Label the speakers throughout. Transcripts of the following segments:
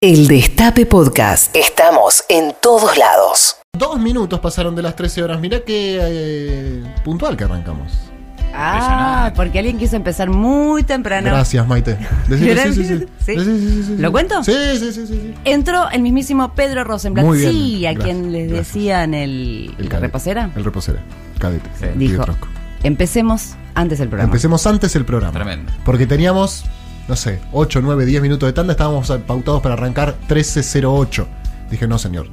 Speaker 1: El Destape Podcast. Estamos en todos lados.
Speaker 2: Dos minutos pasaron de las 13 horas. Mirá que eh, puntual que arrancamos.
Speaker 3: Ah, porque alguien quiso empezar muy temprano.
Speaker 2: Gracias, Maite. Decí que sí, sí, sí.
Speaker 3: Sí.
Speaker 2: Decí que sí, sí, sí, sí.
Speaker 3: ¿Lo cuento?
Speaker 2: Sí, sí, sí, sí, sí.
Speaker 3: Entró el mismísimo Pedro Rosenblatt,
Speaker 2: Muy bien.
Speaker 3: sí, a
Speaker 2: Gracias,
Speaker 3: quien les
Speaker 2: gracias.
Speaker 3: decían el,
Speaker 2: El
Speaker 3: ¿la
Speaker 2: cadete.
Speaker 3: reposera.
Speaker 2: El reposera. Cadete. El
Speaker 3: Dijo,
Speaker 2: Trosco.
Speaker 3: empecemos antes el programa.
Speaker 2: Empecemos antes el programa.
Speaker 4: Tremendo.
Speaker 2: Porque teníamos, no sé, 8, 9, 10 minutos de tanda. Estábamos pautados para arrancar 13.08. Dije, no, señor.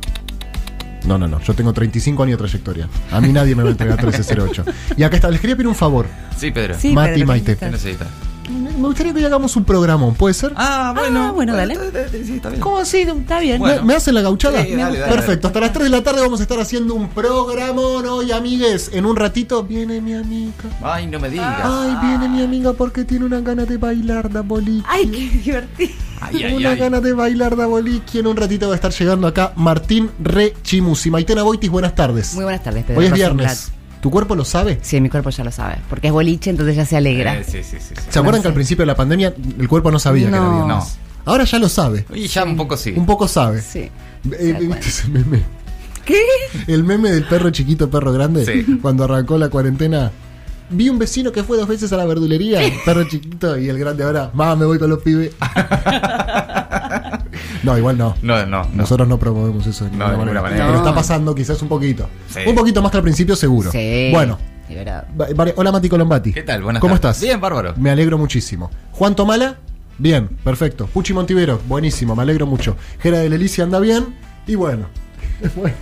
Speaker 2: No, no, no. Yo tengo 35 años de trayectoria. A mí nadie me va a entregar 13.08. Y acá está. Les quería pedir un favor.
Speaker 4: Sí, Pedro.
Speaker 3: Sí,
Speaker 2: Mati
Speaker 3: Pedro,
Speaker 2: y Maite.
Speaker 4: ¿Qué
Speaker 3: ¿qué necesitas?
Speaker 4: necesitas?
Speaker 2: Me gustaría que hagamos un programón. ¿Puede ser?
Speaker 4: Ah, bueno.
Speaker 3: Ah, bueno, dale.
Speaker 4: está- está- Sí, está bien.
Speaker 2: ¿Cómo así?
Speaker 3: Está bien.
Speaker 2: ¿Me-
Speaker 4: Bueno.
Speaker 2: ¿Me hacen la gauchada?
Speaker 4: Sí, dale, dale,
Speaker 2: Perfecto, hasta las 3 de la tarde vamos a estar haciendo un programón hoy, amigues. En un ratito viene mi amiga.
Speaker 4: Ay,
Speaker 2: Ah.
Speaker 4: no me digas.
Speaker 2: Ay, viene mi amiga porque tiene una gana de bailar da boliche.
Speaker 3: Ay, qué divertido.
Speaker 4: Ay,
Speaker 2: Tiene
Speaker 4: ay,
Speaker 2: una
Speaker 4: ay.
Speaker 2: gana de bailar da boliche. En un ratito va a estar llegando acá Martín Rechimusi. Maitena Boitis, buenas tardes.
Speaker 3: Muy buenas tardes, Pedro
Speaker 2: Hoy es
Speaker 3: Rosenblatt.
Speaker 2: viernes. ¿Tu cuerpo lo sabe?
Speaker 3: Sí, mi cuerpo ya lo sabe, porque es boliche, entonces ya se alegra.
Speaker 4: Eh, sí, sí, sí, sí.
Speaker 2: ¿Se acuerdan que al principio de la pandemia el cuerpo no sabía que era
Speaker 3: No.
Speaker 2: viernes?
Speaker 4: No.
Speaker 2: Ahora ya lo sabe.
Speaker 4: Y ya un poco sí.
Speaker 2: Un poco sabe.
Speaker 3: Sí.
Speaker 2: Eh,
Speaker 3: da
Speaker 2: ¿Viste
Speaker 3: cuenta.
Speaker 2: ese meme?
Speaker 3: ¿Qué?
Speaker 2: El meme del perro chiquito, perro grande,
Speaker 4: Sí.
Speaker 2: cuando arrancó la cuarentena. Vi un vecino que fue dos veces a la verdulería, el perro chiquito, y el grande ahora, más me voy con los pibes. no, igual no.
Speaker 4: No, no, no.
Speaker 2: Nosotros no promovemos eso de ninguna,
Speaker 4: de
Speaker 2: manera.
Speaker 4: ninguna manera.
Speaker 2: Pero
Speaker 3: No.
Speaker 2: está pasando quizás un poquito.
Speaker 4: Sí.
Speaker 2: Un poquito más que al principio, seguro.
Speaker 3: Sí.
Speaker 2: Bueno.
Speaker 3: liberado.
Speaker 2: va- vari- Hola Mati Colombati.
Speaker 4: ¿Qué tal? Buenas
Speaker 2: ¿Cómo
Speaker 4: tardes.
Speaker 2: estás?
Speaker 4: Bien, bárbaro.
Speaker 2: Me alegro muchísimo. Juan Tomala, bien, perfecto. Puchi Montivero, buenísimo, me alegro mucho. Gera de Lelicia anda bien. Y bueno, bueno,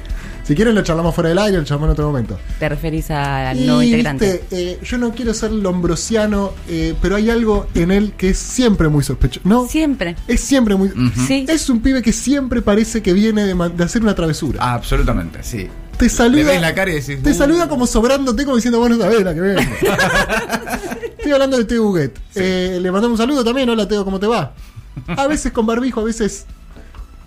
Speaker 2: si quieren lo charlamos fuera del aire, lo charlamos en otro momento.
Speaker 3: Te referís al
Speaker 2: Y,
Speaker 3: nuevo integrante.
Speaker 2: viste, eh, yo no quiero ser lombrosiano, eh, pero hay algo en él que es siempre muy sospechoso. No,
Speaker 3: Siempre.
Speaker 2: es siempre muy.
Speaker 3: Sí.
Speaker 2: Es un pibe que siempre parece que viene de, ma- de hacer una travesura.
Speaker 4: Ah, absolutamente, sí.
Speaker 2: Te saluda.
Speaker 4: Le ves la cara y decís,
Speaker 2: te
Speaker 4: "Uh".
Speaker 2: saluda como sobrándote, como diciendo, vos no sabés la que vengo. Estoy hablando de Teo Huguet. Eh, le mandamos un saludo también. Hola, Teo, ¿cómo te va? A veces con barbijo, a veces.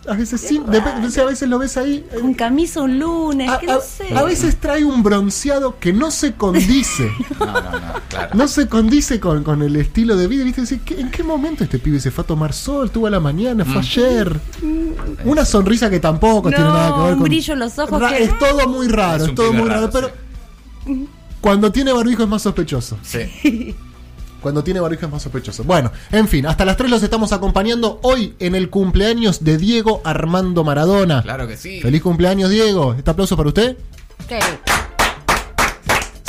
Speaker 2: A veces sí. depende, o sea, a veces lo ves ahí. eh,
Speaker 3: Un camisa un lunes,
Speaker 2: a,
Speaker 3: que no
Speaker 2: a-
Speaker 3: sé.
Speaker 2: a veces trae un bronceado que no se condice.
Speaker 4: No, no, no, claro.
Speaker 2: No se condice con, con el estilo de vida. ¿viste? Decís, ¿qué- ¿En qué momento este pibe se fue a tomar sol? ¿Tuvo a la mañana?
Speaker 4: Mm.
Speaker 2: ¿Fue ayer? Una sonrisa que tampoco tiene
Speaker 3: No,
Speaker 2: nada que ver
Speaker 3: un
Speaker 2: con.
Speaker 3: brillo en los ojos
Speaker 2: Ra-
Speaker 3: que-
Speaker 2: Es todo muy raro,
Speaker 4: Es
Speaker 2: es,
Speaker 4: un
Speaker 2: todo
Speaker 4: pibe
Speaker 2: muy raro.
Speaker 4: raro,
Speaker 2: pero cuando tiene barbijo es más sospechoso.
Speaker 4: Sí.
Speaker 2: Cuando tiene barbijo es más sospechoso. Bueno, en fin, hasta las 3 los estamos acompañando hoy en el cumpleaños de Diego Armando Maradona.
Speaker 4: Claro que sí.
Speaker 2: Feliz cumpleaños, Diego. Este aplauso para usted.
Speaker 3: Sí.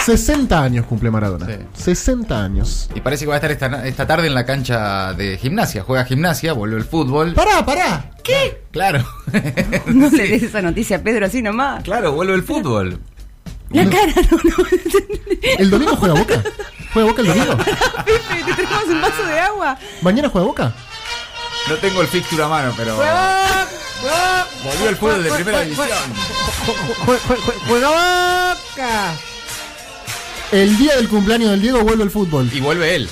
Speaker 2: 60 años cumple Maradona.
Speaker 4: Sí.
Speaker 2: 60 años.
Speaker 4: Y parece que va a estar esta, esta tarde en la cancha de gimnasia. Juega gimnasia, vuelve el fútbol.
Speaker 2: Pará, pará.
Speaker 4: ¿Qué? Claro.
Speaker 3: No le des esa noticia a Pedro así nomás.
Speaker 4: Claro, vuelve el fútbol.
Speaker 3: La cara, no, no.
Speaker 2: ¿El domingo juega Boca? ¿Juega Boca el domingo?
Speaker 3: Pepe, te traemos un vaso de agua.
Speaker 2: ¿Mañana juega Boca?
Speaker 4: No tengo el fixture a mano, pero. Volvió el fútbol de primera división.
Speaker 2: ¡Juega Boca! El día del cumpleaños del Diego vuelve el fútbol.
Speaker 4: Y vuelve él.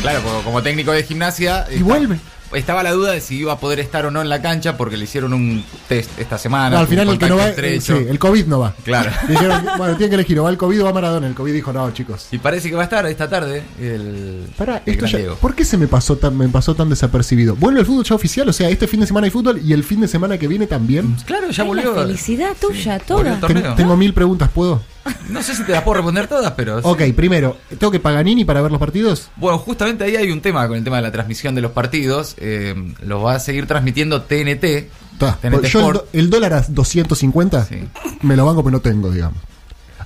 Speaker 4: Claro, como, como técnico de gimnasia.
Speaker 2: Y vuelve.
Speaker 4: Estaba la duda de si iba a poder estar o no en la cancha porque le hicieron un test esta semana.
Speaker 2: No, al
Speaker 4: un
Speaker 2: final el que no va,
Speaker 4: Ah, contacto estrecho.
Speaker 2: sí, el COVID no va.
Speaker 4: Claro.
Speaker 2: Dijeron, bueno, tiene que elegir, o va el COVID o va Maradona. El COVID dijo, no, chicos.
Speaker 4: Y parece que va a estar esta tarde el,
Speaker 2: Pará,
Speaker 4: el
Speaker 2: esto
Speaker 4: gran
Speaker 2: ya-
Speaker 4: Diego.
Speaker 2: ¿por qué se me pasó tan me pasó tan desapercibido? ¿Vuelve el fútbol ya oficial? O sea, este fin de semana hay fútbol y el fin de semana que viene también.
Speaker 4: Claro, ya
Speaker 3: Ay,
Speaker 4: volvió.
Speaker 3: La felicidad tuya,
Speaker 4: Volvió
Speaker 3: toda.
Speaker 4: el torneo.
Speaker 2: Ten- tengo mil preguntas, ¿puedo?
Speaker 4: No sé si te las puedo responder todas, pero. Pues sí.
Speaker 2: Ok, primero, ¿tengo que Paganini para ver los partidos?
Speaker 4: Bueno, justamente ahí hay un tema con el tema de la transmisión de los partidos. Eh, lo va a seguir transmitiendo TNT.
Speaker 2: Ta, pues
Speaker 4: TNT
Speaker 2: yo el,
Speaker 4: Sport.
Speaker 2: do- el dólar a 250
Speaker 4: Sí.
Speaker 2: me lo banco, pero no tengo, digamos.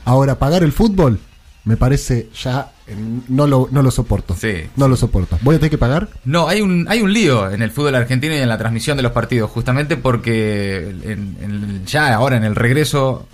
Speaker 2: Ahora, pagar el fútbol me parece ya. eh, No lo, no lo soporto.
Speaker 4: Sí.
Speaker 2: No lo soporto. ¿Voy a tener que pagar?
Speaker 4: No, hay un, hay un lío en el fútbol argentino y en la transmisión de los partidos, justamente porque en- en- ya ahora en el regreso,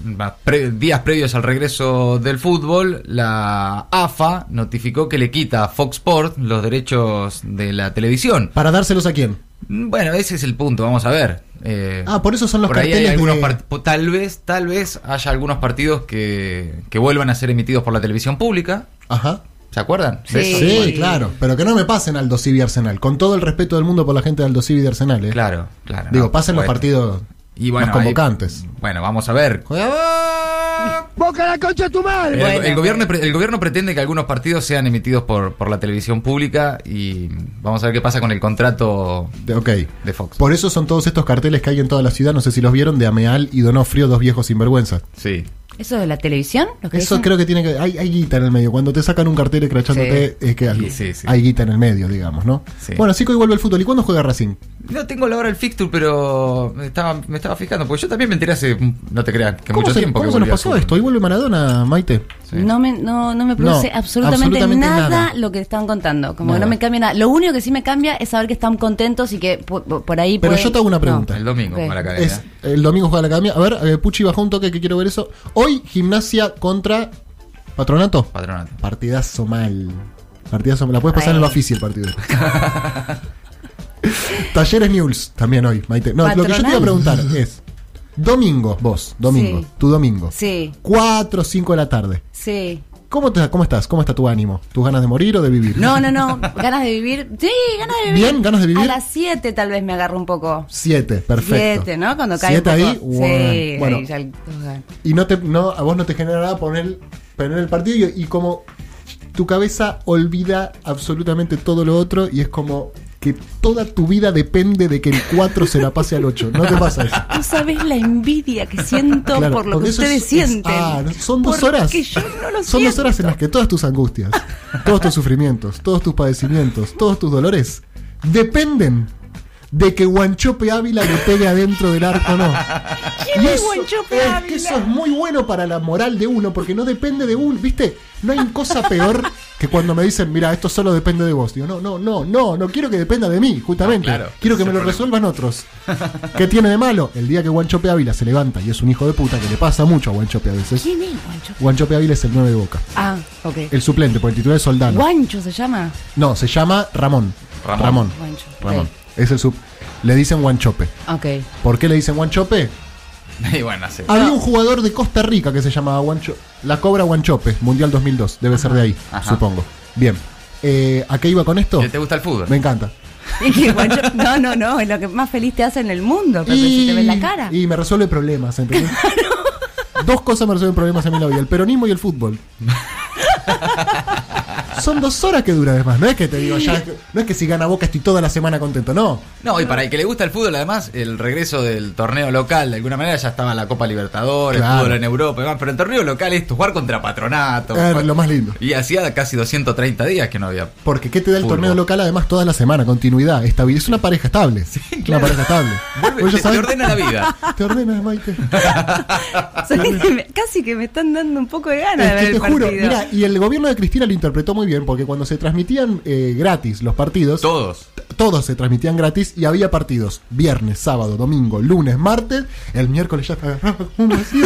Speaker 4: pre- días previos al regreso del fútbol, la AFA notificó que le quita a Fox Sports los derechos de la televisión.
Speaker 2: ¿Para dárselos a quién?
Speaker 4: Bueno, ese es el punto, vamos a ver. Eh,
Speaker 2: Ah, por eso son los
Speaker 4: por ahí hay
Speaker 2: carteles
Speaker 4: algunos
Speaker 2: de-
Speaker 4: part- po- Tal vez, tal vez haya algunos partidos que, que vuelvan a ser emitidos por la televisión pública.
Speaker 2: Ajá.
Speaker 4: ¿Se acuerdan?
Speaker 3: Sí.
Speaker 4: De esos?
Speaker 2: Sí,
Speaker 3: Sí.
Speaker 2: claro. Pero que no me pasen Aldo Civi y Arsenal. Con todo el respeto del mundo por la gente de Aldo Civi y de Arsenal. ¿eh?
Speaker 4: Claro, claro.
Speaker 2: Digo,
Speaker 4: no,
Speaker 2: pasen los
Speaker 4: bueno.
Speaker 2: partidos
Speaker 4: y bueno,
Speaker 2: más
Speaker 4: ahí-
Speaker 2: convocantes. ¡ah!
Speaker 4: bueno, vamos a ver.
Speaker 2: Juega
Speaker 5: ¡Boca la concha de tu
Speaker 4: El,
Speaker 5: madre!
Speaker 3: Bueno,
Speaker 4: el gobierno,
Speaker 3: bueno.
Speaker 4: el gobierno pretende que algunos partidos sean emitidos por, por la televisión pública y vamos a ver qué pasa con el contrato
Speaker 2: De- Ok.
Speaker 4: de Fox.
Speaker 2: Por eso son todos estos carteles que hay en toda la ciudad, no sé si los vieron, de Ameal y Donofrio, dos viejos sinvergüenzas.
Speaker 4: Sí.
Speaker 3: ¿Eso de la televisión? ¿Lo que
Speaker 2: Eso
Speaker 3: dicen?
Speaker 2: creo que tiene que. Hay, hay guita en el medio. Cuando te sacan un cartel escrachándote, es que algo.
Speaker 4: Sí, sí, sí.
Speaker 2: Hay guita en el medio, digamos, ¿no?
Speaker 4: Sí.
Speaker 2: Bueno, así que hoy vuelve el fútbol. ¿Y cuándo juega Racing?
Speaker 4: No tengo la hora del fixture, pero me estaba, me estaba fijando, porque yo también me enteré hace, no te creas, que
Speaker 2: ¿Cómo
Speaker 4: mucho
Speaker 2: se,
Speaker 4: tiempo. que
Speaker 2: cómo se nos
Speaker 4: volví al
Speaker 2: pasó
Speaker 4: fútbol.
Speaker 2: esto? Hoy vuelve Maradona, Maite.
Speaker 3: No me, no, no me produce
Speaker 2: No,
Speaker 3: absolutamente,
Speaker 2: absolutamente
Speaker 3: nada,
Speaker 2: nada.
Speaker 3: lo que estaban contando. Como
Speaker 2: Nada.
Speaker 3: que no me cambia nada. Lo único que sí me cambia es saber que están contentos y que po- po- por ahí.
Speaker 2: Pero
Speaker 3: pueden-
Speaker 2: yo te hago una pregunta.
Speaker 4: El domingo,
Speaker 3: Ok.
Speaker 4: Maracaná.
Speaker 2: Es, el domingo juega la academia. A ver, eh, Puchi bajó un toque que quiero ver eso. Hoy, gimnasia contra Patronato.
Speaker 4: Patronato.
Speaker 2: Partidazo mal. Partidazo mal. La puedes pasar en el
Speaker 3: Ay.
Speaker 2: Bafisi el partido. Talleres News también hoy, Maite. No, lo que yo te iba a
Speaker 3: Patronal.
Speaker 2: preguntar es: domingo, vos, domingo,
Speaker 3: Sí.
Speaker 2: tu domingo.
Speaker 3: Sí,
Speaker 2: 4 o 5 de la tarde.
Speaker 3: sí.
Speaker 2: ¿Cómo, te- ¿Cómo estás? ¿Cómo está tu ánimo? ¿Tus ganas de morir o de vivir?
Speaker 3: No, no, no. Ganas de vivir. Sí, ganas de vivir.
Speaker 2: Bien, ganas de vivir.
Speaker 3: A las 7 tal vez me agarro un poco.
Speaker 2: 7, perfecto.
Speaker 3: 7, ¿no? Cuando cae.
Speaker 2: Siete
Speaker 3: un poco.
Speaker 2: ahí,
Speaker 3: Sí,
Speaker 2: bueno.
Speaker 3: ahí ya el-
Speaker 2: Y no te, no, a vos no te genera nada poner, poner el partido y, y como tu cabeza olvida absolutamente todo lo otro y es como que toda tu vida depende de que el 4 se la pase al 8. No te pasa eso.
Speaker 3: No sabes la envidia que siento
Speaker 2: Ah, Claro,
Speaker 3: por lo
Speaker 2: porque
Speaker 3: que
Speaker 2: eso es-
Speaker 3: ustedes
Speaker 2: es-
Speaker 3: sienten.
Speaker 2: ah, no, son dos
Speaker 3: Porque
Speaker 2: horas.
Speaker 3: yo no lo
Speaker 2: son dos
Speaker 3: siento.
Speaker 2: horas en las que todas tus angustias, todos tus sufrimientos, todos tus padecimientos, todos tus dolores dependen de que Guanchope Ávila le pegue adentro del arco o no.
Speaker 3: ¿Quién
Speaker 2: Y
Speaker 3: es
Speaker 2: eso-
Speaker 3: Guanchope
Speaker 2: es
Speaker 3: Ávila?
Speaker 2: que eso es muy bueno para la moral de uno, porque no depende de uno, ¿viste? No hay cosa peor que cuando me dicen, mira, esto solo depende de vos. Digo, no, no, no, no, no quiero que dependa de mí, justamente.
Speaker 4: No, claro,
Speaker 2: quiero que
Speaker 4: ese
Speaker 2: me lo
Speaker 4: problema.
Speaker 2: resuelvan otros. ¿Qué tiene de malo? El día que Guanchope Ávila se levanta y es un hijo de puta, que le pasa mucho a Guanchope a veces.
Speaker 3: ¿Quién es Guancho?
Speaker 2: Guanchope Ávila es el 9 de Boca.
Speaker 3: Ah, ok.
Speaker 2: El suplente, por el titular es Soldano.
Speaker 3: Guancho se llama.
Speaker 2: No, se llama Ramón.
Speaker 4: Ramón.
Speaker 2: Ramón.
Speaker 3: Guancho.
Speaker 2: Ramón. Es el sub. Le dicen Guanchope.
Speaker 3: Ok.
Speaker 2: ¿Por qué le dicen Guanchope?
Speaker 4: Y bueno, sí.
Speaker 2: Había un jugador de Costa Rica que se llamaba Guancho, la Cobra Guanchope, Mundial 2002, debe ser de ahí,
Speaker 4: ajá.
Speaker 2: supongo. Bien, Eh, ¿a qué iba con esto?
Speaker 4: ¿Te gusta el fútbol?
Speaker 2: Me encanta.
Speaker 3: Es que Guancho, no, no, no, es lo que más feliz te hace en el mundo, Pepe, si te ves la cara.
Speaker 2: y me resuelve problemas, ¿entendés? Dos cosas me resuelven problemas en mi vida, el peronismo y el fútbol. Son dos horas que dura además, no es que te digo ya, no es que si gana Boca estoy toda la semana contento, no.
Speaker 4: No, y para el que le gusta el fútbol, además, el regreso del torneo local, de alguna manera ya estaba la Copa Libertadores,
Speaker 2: Claro.
Speaker 4: el fútbol en Europa, y demás, pero el torneo local es jugar contra Patronato.
Speaker 2: Era
Speaker 4: Jugar-
Speaker 2: lo más lindo.
Speaker 4: Y hacía casi 230 días que no había.
Speaker 2: Porque ¿qué te da el
Speaker 4: Fútbol.
Speaker 2: torneo local además toda la semana? Continuidad, estabilidad, es una pareja estable.
Speaker 4: claro.
Speaker 2: Una pareja estable.
Speaker 4: Vuelve,
Speaker 2: Vos Pues ya
Speaker 4: te- te
Speaker 2: sabés-
Speaker 4: ordena la vida.
Speaker 2: Te ordenas, Maite.
Speaker 3: Saliste- me- casi que me están dando un poco de ganas de
Speaker 2: Es
Speaker 3: ver
Speaker 2: que
Speaker 3: el
Speaker 2: te
Speaker 3: partido.
Speaker 2: juro, mira, y el gobierno de Cristina lo interpretó muy bien, porque cuando se transmitían eh, gratis los partidos,
Speaker 4: Todos.
Speaker 2: todos se transmitían gratis y había partidos viernes, sábado, domingo, lunes, martes, el miércoles ya estaba uno así.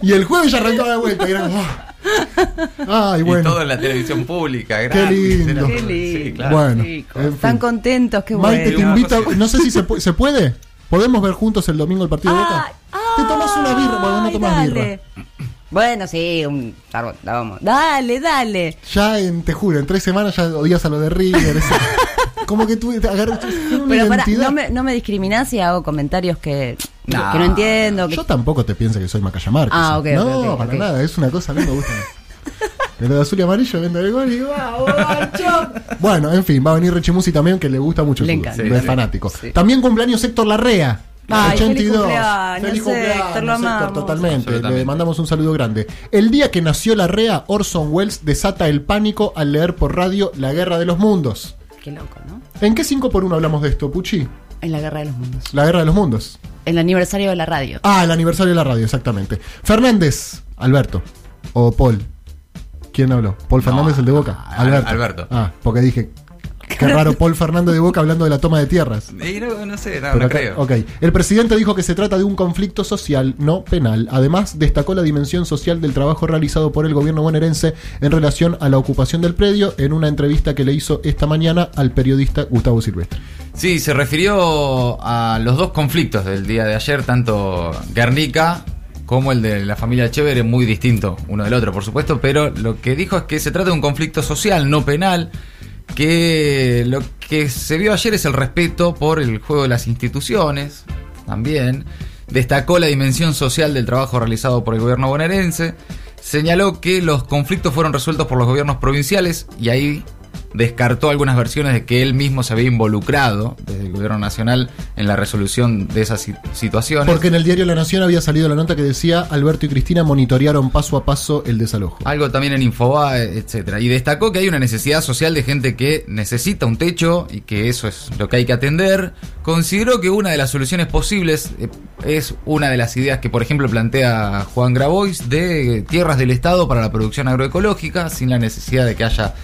Speaker 2: y el jueves ya arrancaba la vuelta. Y era, ah. Ay,
Speaker 4: Y
Speaker 2: bueno.
Speaker 4: todo en la televisión pública, gratis.
Speaker 2: lindo.
Speaker 4: era-
Speaker 3: Qué lindo.
Speaker 4: Sí, claro.
Speaker 2: Bueno,
Speaker 3: Chicos,
Speaker 2: en fin.
Speaker 3: Están contentos, qué bueno.
Speaker 2: Maite te
Speaker 4: Una
Speaker 2: invita,
Speaker 4: cosa-
Speaker 2: no sé si se, pu- ¿se puede. ¿Podemos ver juntos el domingo el partido de Boca?
Speaker 3: Ah,
Speaker 2: Te tomas una birra, bueno, no
Speaker 3: ay,
Speaker 2: tomas
Speaker 3: dale.
Speaker 2: birra.
Speaker 3: Bueno, sí, un árbol, la vamos. Dale, dale.
Speaker 2: Ya, en, te juro, en tres semanas ya odias a lo de River. ese- como que tú te agarras tú tienes una
Speaker 3: Pero pará,
Speaker 2: identidad.
Speaker 3: no me, no me discriminás si hago comentarios que, que
Speaker 4: No.
Speaker 3: no entiendo. Que,
Speaker 2: Yo tampoco te pienso que soy Macaya Márquez.
Speaker 3: Ah, ok, ok,
Speaker 2: No,
Speaker 3: ok,
Speaker 2: para
Speaker 3: ok.
Speaker 2: nada, es una cosa, a mí me gusta. Pero de azul y amarillo vendo el gol y ¡guau, guacho! Bueno, en fin, va a venir Rechimusi también, que le gusta mucho.
Speaker 3: Le
Speaker 2: el
Speaker 3: encanta.
Speaker 2: fútbol,
Speaker 4: Sí,
Speaker 2: es
Speaker 4: sí.
Speaker 2: fanático.
Speaker 3: Sí.
Speaker 2: También cumpleaños Héctor Larrea.
Speaker 3: Ay,
Speaker 2: 82.
Speaker 3: feliz cumpleaños,
Speaker 2: Feliz
Speaker 3: Héctor,
Speaker 2: cumpleaños,
Speaker 3: lo amamos.
Speaker 2: totalmente. Le
Speaker 4: Absolutamente.
Speaker 2: mandamos un saludo grande. El día que nació Larrea, Orson Welles desata el pánico al leer por radio La Guerra de los Mundos.
Speaker 3: Qué loco, ¿no?
Speaker 2: ¿En qué 5 por 1 hablamos de esto, Puchi?
Speaker 3: En la guerra de los mundos.
Speaker 2: La Guerra de los Mundos.
Speaker 3: El aniversario de la radio.
Speaker 2: Ah, el aniversario de la radio, exactamente. Fernández, Alberto. O Paul. ¿Quién habló? ¿Paul Fernández, el de Boca?
Speaker 4: Al-
Speaker 2: Alberto.
Speaker 4: Alberto.
Speaker 2: Ah, porque dije, qué raro Paul Fernández de Boca hablando de la toma de tierras.
Speaker 4: Y no, no sé, no,
Speaker 2: Pero
Speaker 4: no
Speaker 2: acá-
Speaker 4: creo.
Speaker 2: ok. El presidente dijo que se trata de un conflicto social, no penal. Además, destacó la dimensión social del trabajo realizado por el gobierno bonaerense en relación a la ocupación del predio en una entrevista que le hizo esta mañana al periodista Gustavo Silvestre.
Speaker 4: Sí, se refirió a los dos conflictos del día de ayer, tanto Guernica como el de la familia Chévere, muy distinto uno del otro, por supuesto, pero lo que dijo es que se trata de un conflicto social, no penal, que lo que se vio ayer es el respeto por el juego de las instituciones, también, destacó la dimensión social del trabajo realizado por el gobierno bonaerense, señaló que los conflictos fueron resueltos por los gobiernos provinciales y ahí descartó algunas versiones de que él mismo se había involucrado desde el gobierno nacional en la resolución de esas si- situaciones.
Speaker 2: Porque en el diario La Nación había salido la nota que decía Alberto y Cristina monitorearon paso a paso el desalojo.
Speaker 4: Algo también en Infobae, etcétera. Y destacó que hay una necesidad social de gente que necesita un techo y que eso es lo que hay que atender. Consideró que una de las soluciones posibles eh, es una de las ideas que, por ejemplo, plantea Juan Grabois de tierras del Estado para la producción agroecológica, sin la necesidad de que haya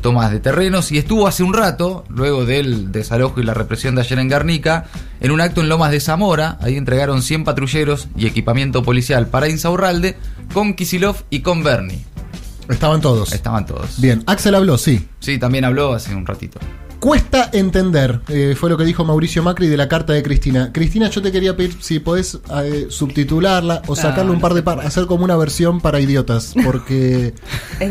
Speaker 4: tomas de terrenos y estuvo hace un rato, luego del desalojo y la represión de ayer en Garnica, en un acto en Lomas de Zamora, ahí entregaron 100 patrulleros y equipamiento policial para Insaurralde, con Kisilov y con Bernie.
Speaker 2: Estaban todos.
Speaker 4: Estaban todos.
Speaker 2: Bien, Axel habló, sí.
Speaker 4: Sí, también habló hace un ratito.
Speaker 2: Cuesta entender, eh, fue lo que dijo Mauricio Macri de la carta de Cristina. Cristina, yo te quería pedir si podés eh, subtitularla o sacarle un par de par, hacer como una versión para idiotas, porque...
Speaker 3: Es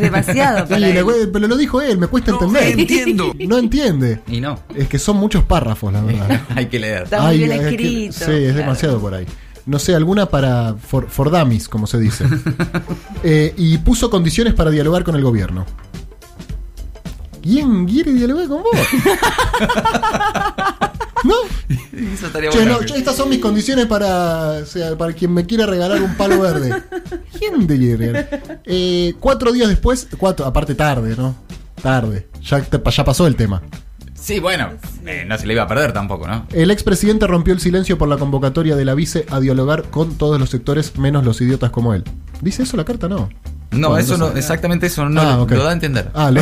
Speaker 3: demasiado.
Speaker 2: Y
Speaker 3: para
Speaker 2: le-
Speaker 3: él.
Speaker 2: pero lo dijo él, me cuesta entender.
Speaker 4: entiendo.
Speaker 2: No entiende.
Speaker 4: Y no.
Speaker 2: Es que son muchos párrafos, la verdad.
Speaker 4: Hay que leer.
Speaker 3: Está muy
Speaker 2: Ay,
Speaker 3: bien
Speaker 2: es que-
Speaker 3: escrito.
Speaker 2: sí, es
Speaker 3: claro.
Speaker 2: demasiado por ahí. No sé, alguna para for, for dummies, como se dice. Eh, y puso condiciones para dialogar con el gobierno. ¿Quién quiere dialogar con vos? ¿No?
Speaker 4: Eso estaría
Speaker 2: Che,
Speaker 4: bueno.
Speaker 2: no, che, estas son mis condiciones para, o sea, para quien me quiera regalar un palo verde. ¿Quién te quiere regalar? Eh, cuatro días después, cuatro, aparte tarde, ¿no? Tarde. Ya, te- ya pasó el tema.
Speaker 4: Sí, bueno, eh, no se le iba a perder tampoco, ¿no?
Speaker 2: El expresidente rompió el silencio por la convocatoria de la vice a dialogar con todos los sectores menos los idiotas como él. ¿Dice eso la carta? No.
Speaker 4: No,
Speaker 2: Bueno,
Speaker 4: eso no,
Speaker 2: sé.
Speaker 4: exactamente eso no
Speaker 2: Ah,
Speaker 4: lo-
Speaker 2: ok.
Speaker 4: lo da a entender.
Speaker 2: Ah, lo-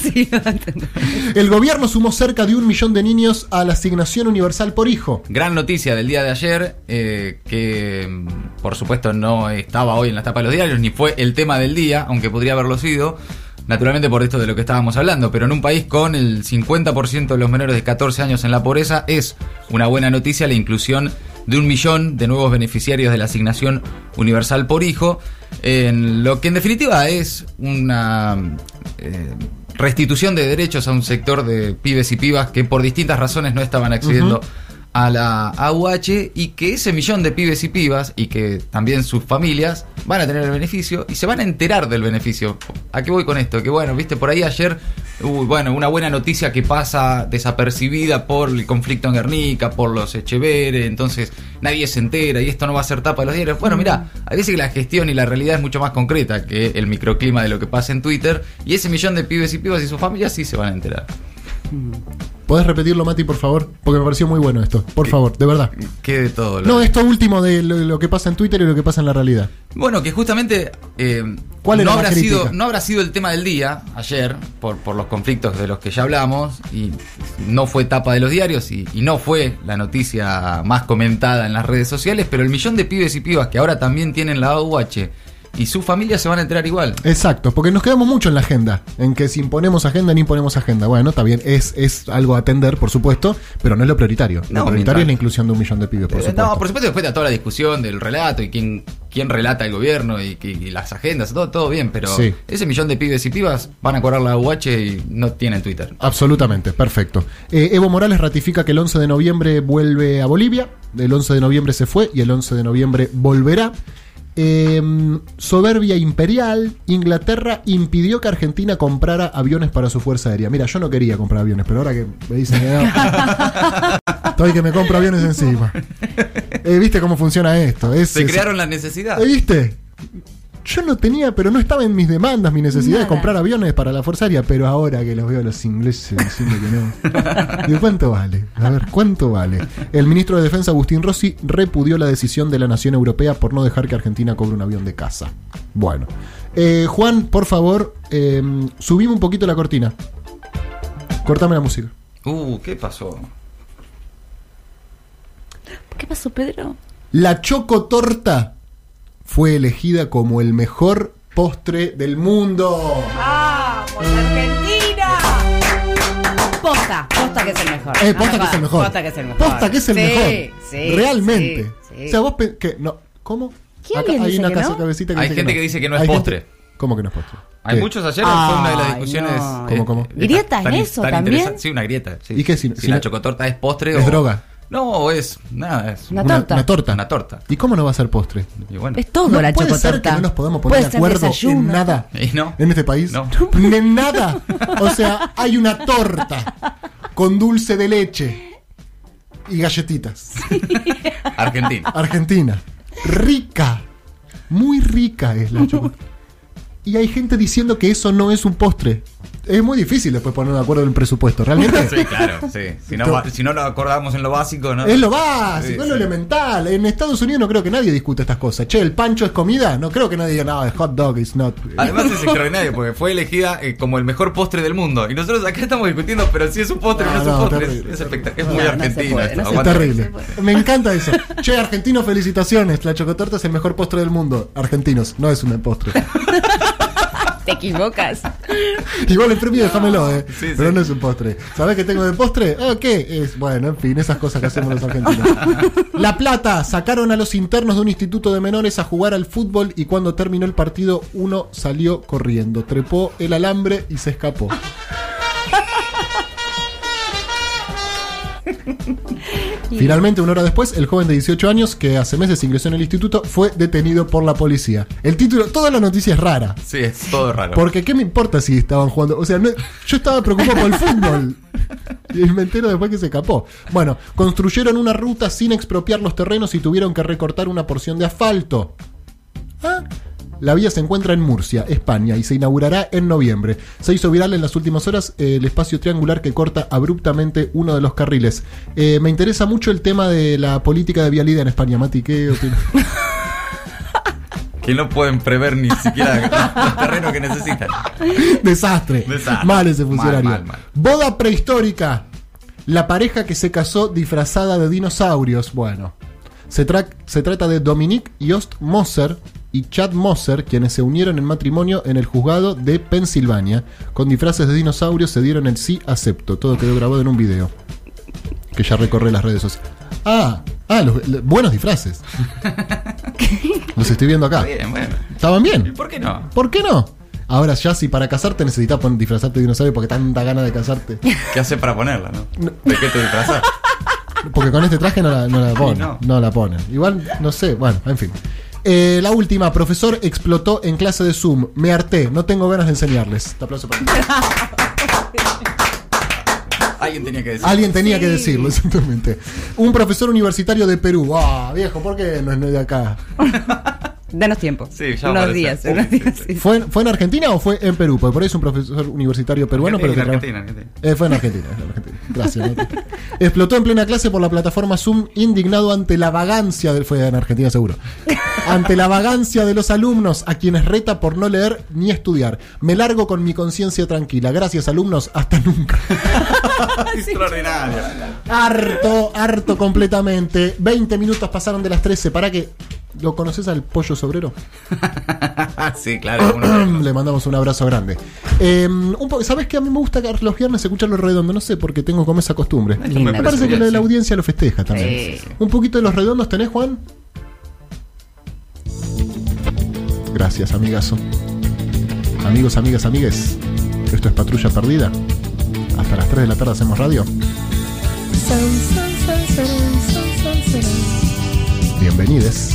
Speaker 3: Sí, lo entendí.
Speaker 2: el gobierno sumó cerca de un millón de niños a la asignación universal por hijo.
Speaker 4: Gran noticia del día de ayer, eh, que mm, por supuesto no estaba hoy en la tapa de los diarios, ni fue el tema del día, aunque podría haberlo sido, naturalmente por esto de lo que estábamos hablando, pero en un país con el 50% de los menores de 14 años en la pobreza, es una buena noticia la inclusión de un millón de nuevos beneficiarios de la asignación universal por hijo, en lo que en definitiva es una... eh, restitución de derechos a un sector de pibes y pibas que por distintas razones no estaban accediendo a la AUH y que ese millón de pibes y pibas y que también sus familias van a tener el beneficio y se van a enterar del beneficio. ¿A qué voy con esto? Que bueno, viste, por ahí ayer, uy, bueno, una buena noticia que pasa desapercibida por el conflicto en Guernica, por los Echeveres, entonces nadie se entera y esto no va a ser tapa de los diarios. Bueno, mira, a veces que la gestión y la realidad es mucho más concreta que el microclima de lo que pasa en Twitter y ese millón de pibes y pibas y sus familias sí se van a enterar.
Speaker 2: ¿Podés repetirlo, Mati, por favor? Porque me pareció muy bueno esto. Por favor, de verdad.
Speaker 4: Que de todo lo
Speaker 2: No, esto último de lo, lo que pasa en Twitter y lo que pasa en la realidad.
Speaker 4: Bueno, que justamente eh,
Speaker 2: ¿Cuál era
Speaker 4: no,
Speaker 2: la
Speaker 4: habrá
Speaker 2: crítica?
Speaker 4: sido, no habrá sido el tema del día ayer, por, por los conflictos de los que ya hablamos, y no fue tapa de los diarios y, y no fue la noticia más comentada en las redes sociales, pero el millón de pibes y pibas que ahora también tienen la AUH y sus familias se van a enterar igual.
Speaker 2: Exacto, porque nos quedamos mucho en la agenda, en que si imponemos agenda, ni imponemos agenda. Bueno, está bien, es, es algo a atender, por supuesto, pero no es lo prioritario. lo
Speaker 4: No,
Speaker 2: prioritario
Speaker 4: mientras-
Speaker 2: es la inclusión de un millón de pibes, por
Speaker 4: Eh,
Speaker 2: supuesto.
Speaker 4: No, por supuesto, después de toda la discusión del relato y quién, quién relata el gobierno y, que- y las agendas, todo, todo bien, pero
Speaker 2: Sí.
Speaker 4: ese millón de pibes y pibas van a cobrar la AUH y no tienen Twitter.
Speaker 2: Absolutamente, perfecto. Eh, Evo Morales ratifica que el 11 de noviembre vuelve a Bolivia, el 11 de noviembre se fue y el 11 de noviembre volverá. Eh, soberbia imperial, Inglaterra impidió que Argentina comprara aviones para su fuerza aérea. Mira, yo no quería comprar aviones, pero ahora que me dicen que no, estoy que me compro aviones encima. Eh, ¿Viste cómo funciona esto? Es-
Speaker 4: Se
Speaker 2: es-
Speaker 4: crearon las necesidades.
Speaker 2: ¿Eh, ¿Viste? Yo no tenía, pero no estaba en mis demandas, mi necesidad de
Speaker 3: Nada.
Speaker 2: comprar aviones para la Fuerza Aérea, pero ahora que los veo a los ingleses diciendo que no. ¿De cuánto vale? A ver, ¿cuánto vale? El ministro de Defensa, Agustín Rossi, repudió la decisión de la Nación Europea por no dejar que Argentina cobre un avión de casa. Bueno. Eh, Juan, por favor, eh, subime un poquito la cortina. Cortame la música.
Speaker 4: Uh, ¿qué pasó?
Speaker 3: ¿Qué pasó, Pedro?
Speaker 2: La chocotorta fue elegida como el mejor postre del mundo.
Speaker 3: ¡Vamos, Argentina! Posta, posta que es el mejor.
Speaker 2: Eh,
Speaker 3: No
Speaker 2: posta
Speaker 3: me
Speaker 2: que es el
Speaker 3: jodas,
Speaker 2: mejor.
Speaker 3: Posta que es el mejor.
Speaker 2: Posta que es el
Speaker 3: Sí,
Speaker 2: mejor.
Speaker 3: sí,
Speaker 2: Realmente.
Speaker 3: sí, sí.
Speaker 2: O sea, vos pe- que no, ¿cómo?
Speaker 3: ¿Quién alguien
Speaker 2: hay
Speaker 3: dice
Speaker 2: una
Speaker 3: que
Speaker 2: casa
Speaker 3: no?
Speaker 2: cabecita que
Speaker 4: Hay
Speaker 2: dice
Speaker 4: gente
Speaker 2: que no.
Speaker 4: que dice que no es
Speaker 2: Hay gente-
Speaker 4: postre.
Speaker 2: ¿Cómo que no es postre? Eh,
Speaker 4: Hay
Speaker 2: Sí.
Speaker 4: muchos ayer, fue una de las
Speaker 3: Ay,
Speaker 4: discusiones.
Speaker 3: no.
Speaker 2: ¿Cómo, cómo?
Speaker 4: eh,
Speaker 3: ¿Grieta
Speaker 4: tan-
Speaker 3: es eso
Speaker 4: tan
Speaker 3: también?
Speaker 4: interesa- Sí, una grieta. sí.
Speaker 2: ¿Y qué si-
Speaker 4: si,
Speaker 2: si
Speaker 4: la
Speaker 2: no-
Speaker 4: chocotorta es postre
Speaker 2: Es
Speaker 4: o-
Speaker 2: droga.
Speaker 4: No, es nada, es
Speaker 3: Una torta.
Speaker 2: Una torta.
Speaker 4: Una torta.
Speaker 2: ¿Y cómo no va a ser postre?
Speaker 4: Y bueno.
Speaker 3: Es todo
Speaker 2: no
Speaker 3: la
Speaker 2: puede
Speaker 3: chocotorta.
Speaker 2: ser que no nos podamos
Speaker 3: Puede
Speaker 2: poner de
Speaker 3: ser
Speaker 2: acuerdo
Speaker 3: desayuno.
Speaker 2: en nada.
Speaker 4: Y no.
Speaker 2: En este país.
Speaker 4: No.
Speaker 2: En nada. O sea, hay una torta con dulce de leche y galletitas.
Speaker 4: Argentina.
Speaker 2: Argentina. Rica. Muy rica es la chocolate. Y hay gente diciendo que eso no es un postre. Es muy difícil después poner de acuerdo en el presupuesto. Realmente
Speaker 4: Sí, claro, sí. Si no, va- si no lo acordamos en lo básico, ¿no?
Speaker 2: es lo básico,
Speaker 4: Sí,
Speaker 2: es lo
Speaker 4: sí.
Speaker 2: elemental. En Estados Unidos no creo que nadie discute estas cosas. Che, el pancho es comida. No creo que nadie diga, no, el hot dog is not.
Speaker 4: Además es extraordinario porque fue elegida eh, como el mejor postre del mundo. Y nosotros acá estamos discutiendo, pero si es un postre o no,
Speaker 2: Ah,
Speaker 4: es un
Speaker 2: no,
Speaker 4: postre.
Speaker 2: terrible.
Speaker 4: Es, espectacular. Es
Speaker 3: No,
Speaker 4: muy
Speaker 3: no se
Speaker 4: argentino.
Speaker 3: puede,
Speaker 4: esto.
Speaker 3: no se
Speaker 2: Es
Speaker 4: Aguanta.
Speaker 2: terrible. Me encanta eso. Che, argentino, felicitaciones. La chocotorta es el mejor postre del mundo. Argentinos, no es un postre.
Speaker 3: Te equivocas.
Speaker 2: Igual el premio, déjamelo, eh.
Speaker 4: Sí,
Speaker 2: Pero
Speaker 4: sí.
Speaker 2: no es un postre. ¿Sabés qué tengo de postre? Ah, ¿Qué? Es, bueno, en fin, esas cosas que hacemos los argentinos. La Plata. Sacaron a los internos de un instituto de menores a jugar al fútbol y cuando terminó el partido, uno salió corriendo. Trepó el alambre y se escapó. Finalmente, una hora después, el joven de 18 años, que hace meses ingresó en el instituto, fue detenido por la policía. El título, toda la noticia es rara.
Speaker 4: Sí, es todo raro.
Speaker 2: Porque qué me importa si estaban jugando. O sea, no- yo estaba preocupado por el fútbol. Y me entero después que se escapó. Bueno, construyeron una ruta sin expropiar los terrenos y tuvieron que recortar una porción de asfalto. Ah, La vía se encuentra en Murcia, España, y se inaugurará en noviembre. Se hizo viral en las últimas horas eh, el espacio triangular que corta abruptamente uno de los carriles. Eh, me interesa mucho el tema de la política de vialidad en España, Mati. ¿Qué opinas?
Speaker 4: Que no pueden prever ni siquiera los terrenos que necesitan.
Speaker 2: Desastre.
Speaker 4: Desastre.
Speaker 2: Mal ese funcionario.
Speaker 4: Mal, mal, mal.
Speaker 2: Boda prehistórica. La pareja que se casó disfrazada de dinosaurios. Bueno. Se, tra- se trata de Dominique Jost Moser y Chad Moser, quienes se unieron en matrimonio en el juzgado de Pensilvania. Con disfraces de dinosaurios se dieron el sí acepto. Todo quedó grabado en un video. Que ya recorre las redes sociales. Ah, ah los- los- buenos disfraces. Los estoy viendo acá.
Speaker 4: Bien, bueno.
Speaker 2: Estaban bien.
Speaker 4: ¿Y por qué no?
Speaker 2: ¿Por qué no? Ahora ya si para casarte necesitas pon- disfrazarte de dinosaurio porque tanta gana de casarte.
Speaker 4: ¿Qué hace para ponerla, no? ¿De qué te disfrazas?
Speaker 2: Porque con este traje no la, no la ponen.
Speaker 4: no.
Speaker 2: No. la ponen. Igual, no sé, bueno, en fin. Eh, la última, profesor explotó en clase de Zoom. Me harté, no tengo ganas de enseñarles. Este aplauso para mí.
Speaker 4: Alguien tenía que decir.
Speaker 2: Alguien tenía que decirlo, exactamente. Un profesor universitario de Perú. Ah, viejo, ¿por qué no es de acá?
Speaker 3: Danos tiempo.
Speaker 4: Sí, ya
Speaker 3: Unos
Speaker 4: aparece.
Speaker 3: días,
Speaker 4: Sí,
Speaker 3: unos
Speaker 4: sí,
Speaker 3: días.
Speaker 4: sí.
Speaker 3: sí.
Speaker 2: ¿Fue, en- ¿Fue en Argentina o fue en Perú? Porque por ahí es un profesor universitario peruano, pero que
Speaker 4: Argentina,
Speaker 2: trabaja-
Speaker 4: Argentina, Argentina.
Speaker 2: Eh, fue en Argentina, fue en Argentina. Gracias. Mati. Explotó en plena clase por la plataforma Zoom, indignado ante la vagancia del. Fue en Argentina seguro. Ante la vagancia de los alumnos, a quienes reta por no leer ni estudiar. Me largo con mi conciencia tranquila. Gracias, alumnos. Hasta nunca.
Speaker 4: Ah, Extraordinario.
Speaker 2: Harto, harto completamente. 20 minutos pasaron de las 13. ¿Para que ¿Lo conoces al pollo sobrero?
Speaker 4: sí, claro. uno-
Speaker 2: Le mandamos un abrazo grande. Eh, un po- ¿Sabes que A mí me gusta los viernes escucharlo redondo. No sé, porque tengo como esa costumbre.
Speaker 4: Esto me
Speaker 2: Me parece que
Speaker 4: bien,
Speaker 2: la, la
Speaker 4: sí.
Speaker 2: audiencia lo festeja también.
Speaker 3: Sí.
Speaker 2: Un poquito de los redondos tenés, Juan. Gracias, amigazo. Amigos, amigas, amigues. Esto es Patrulla Perdida. Hasta las 3 de la tarde hacemos radio. Bienvenides.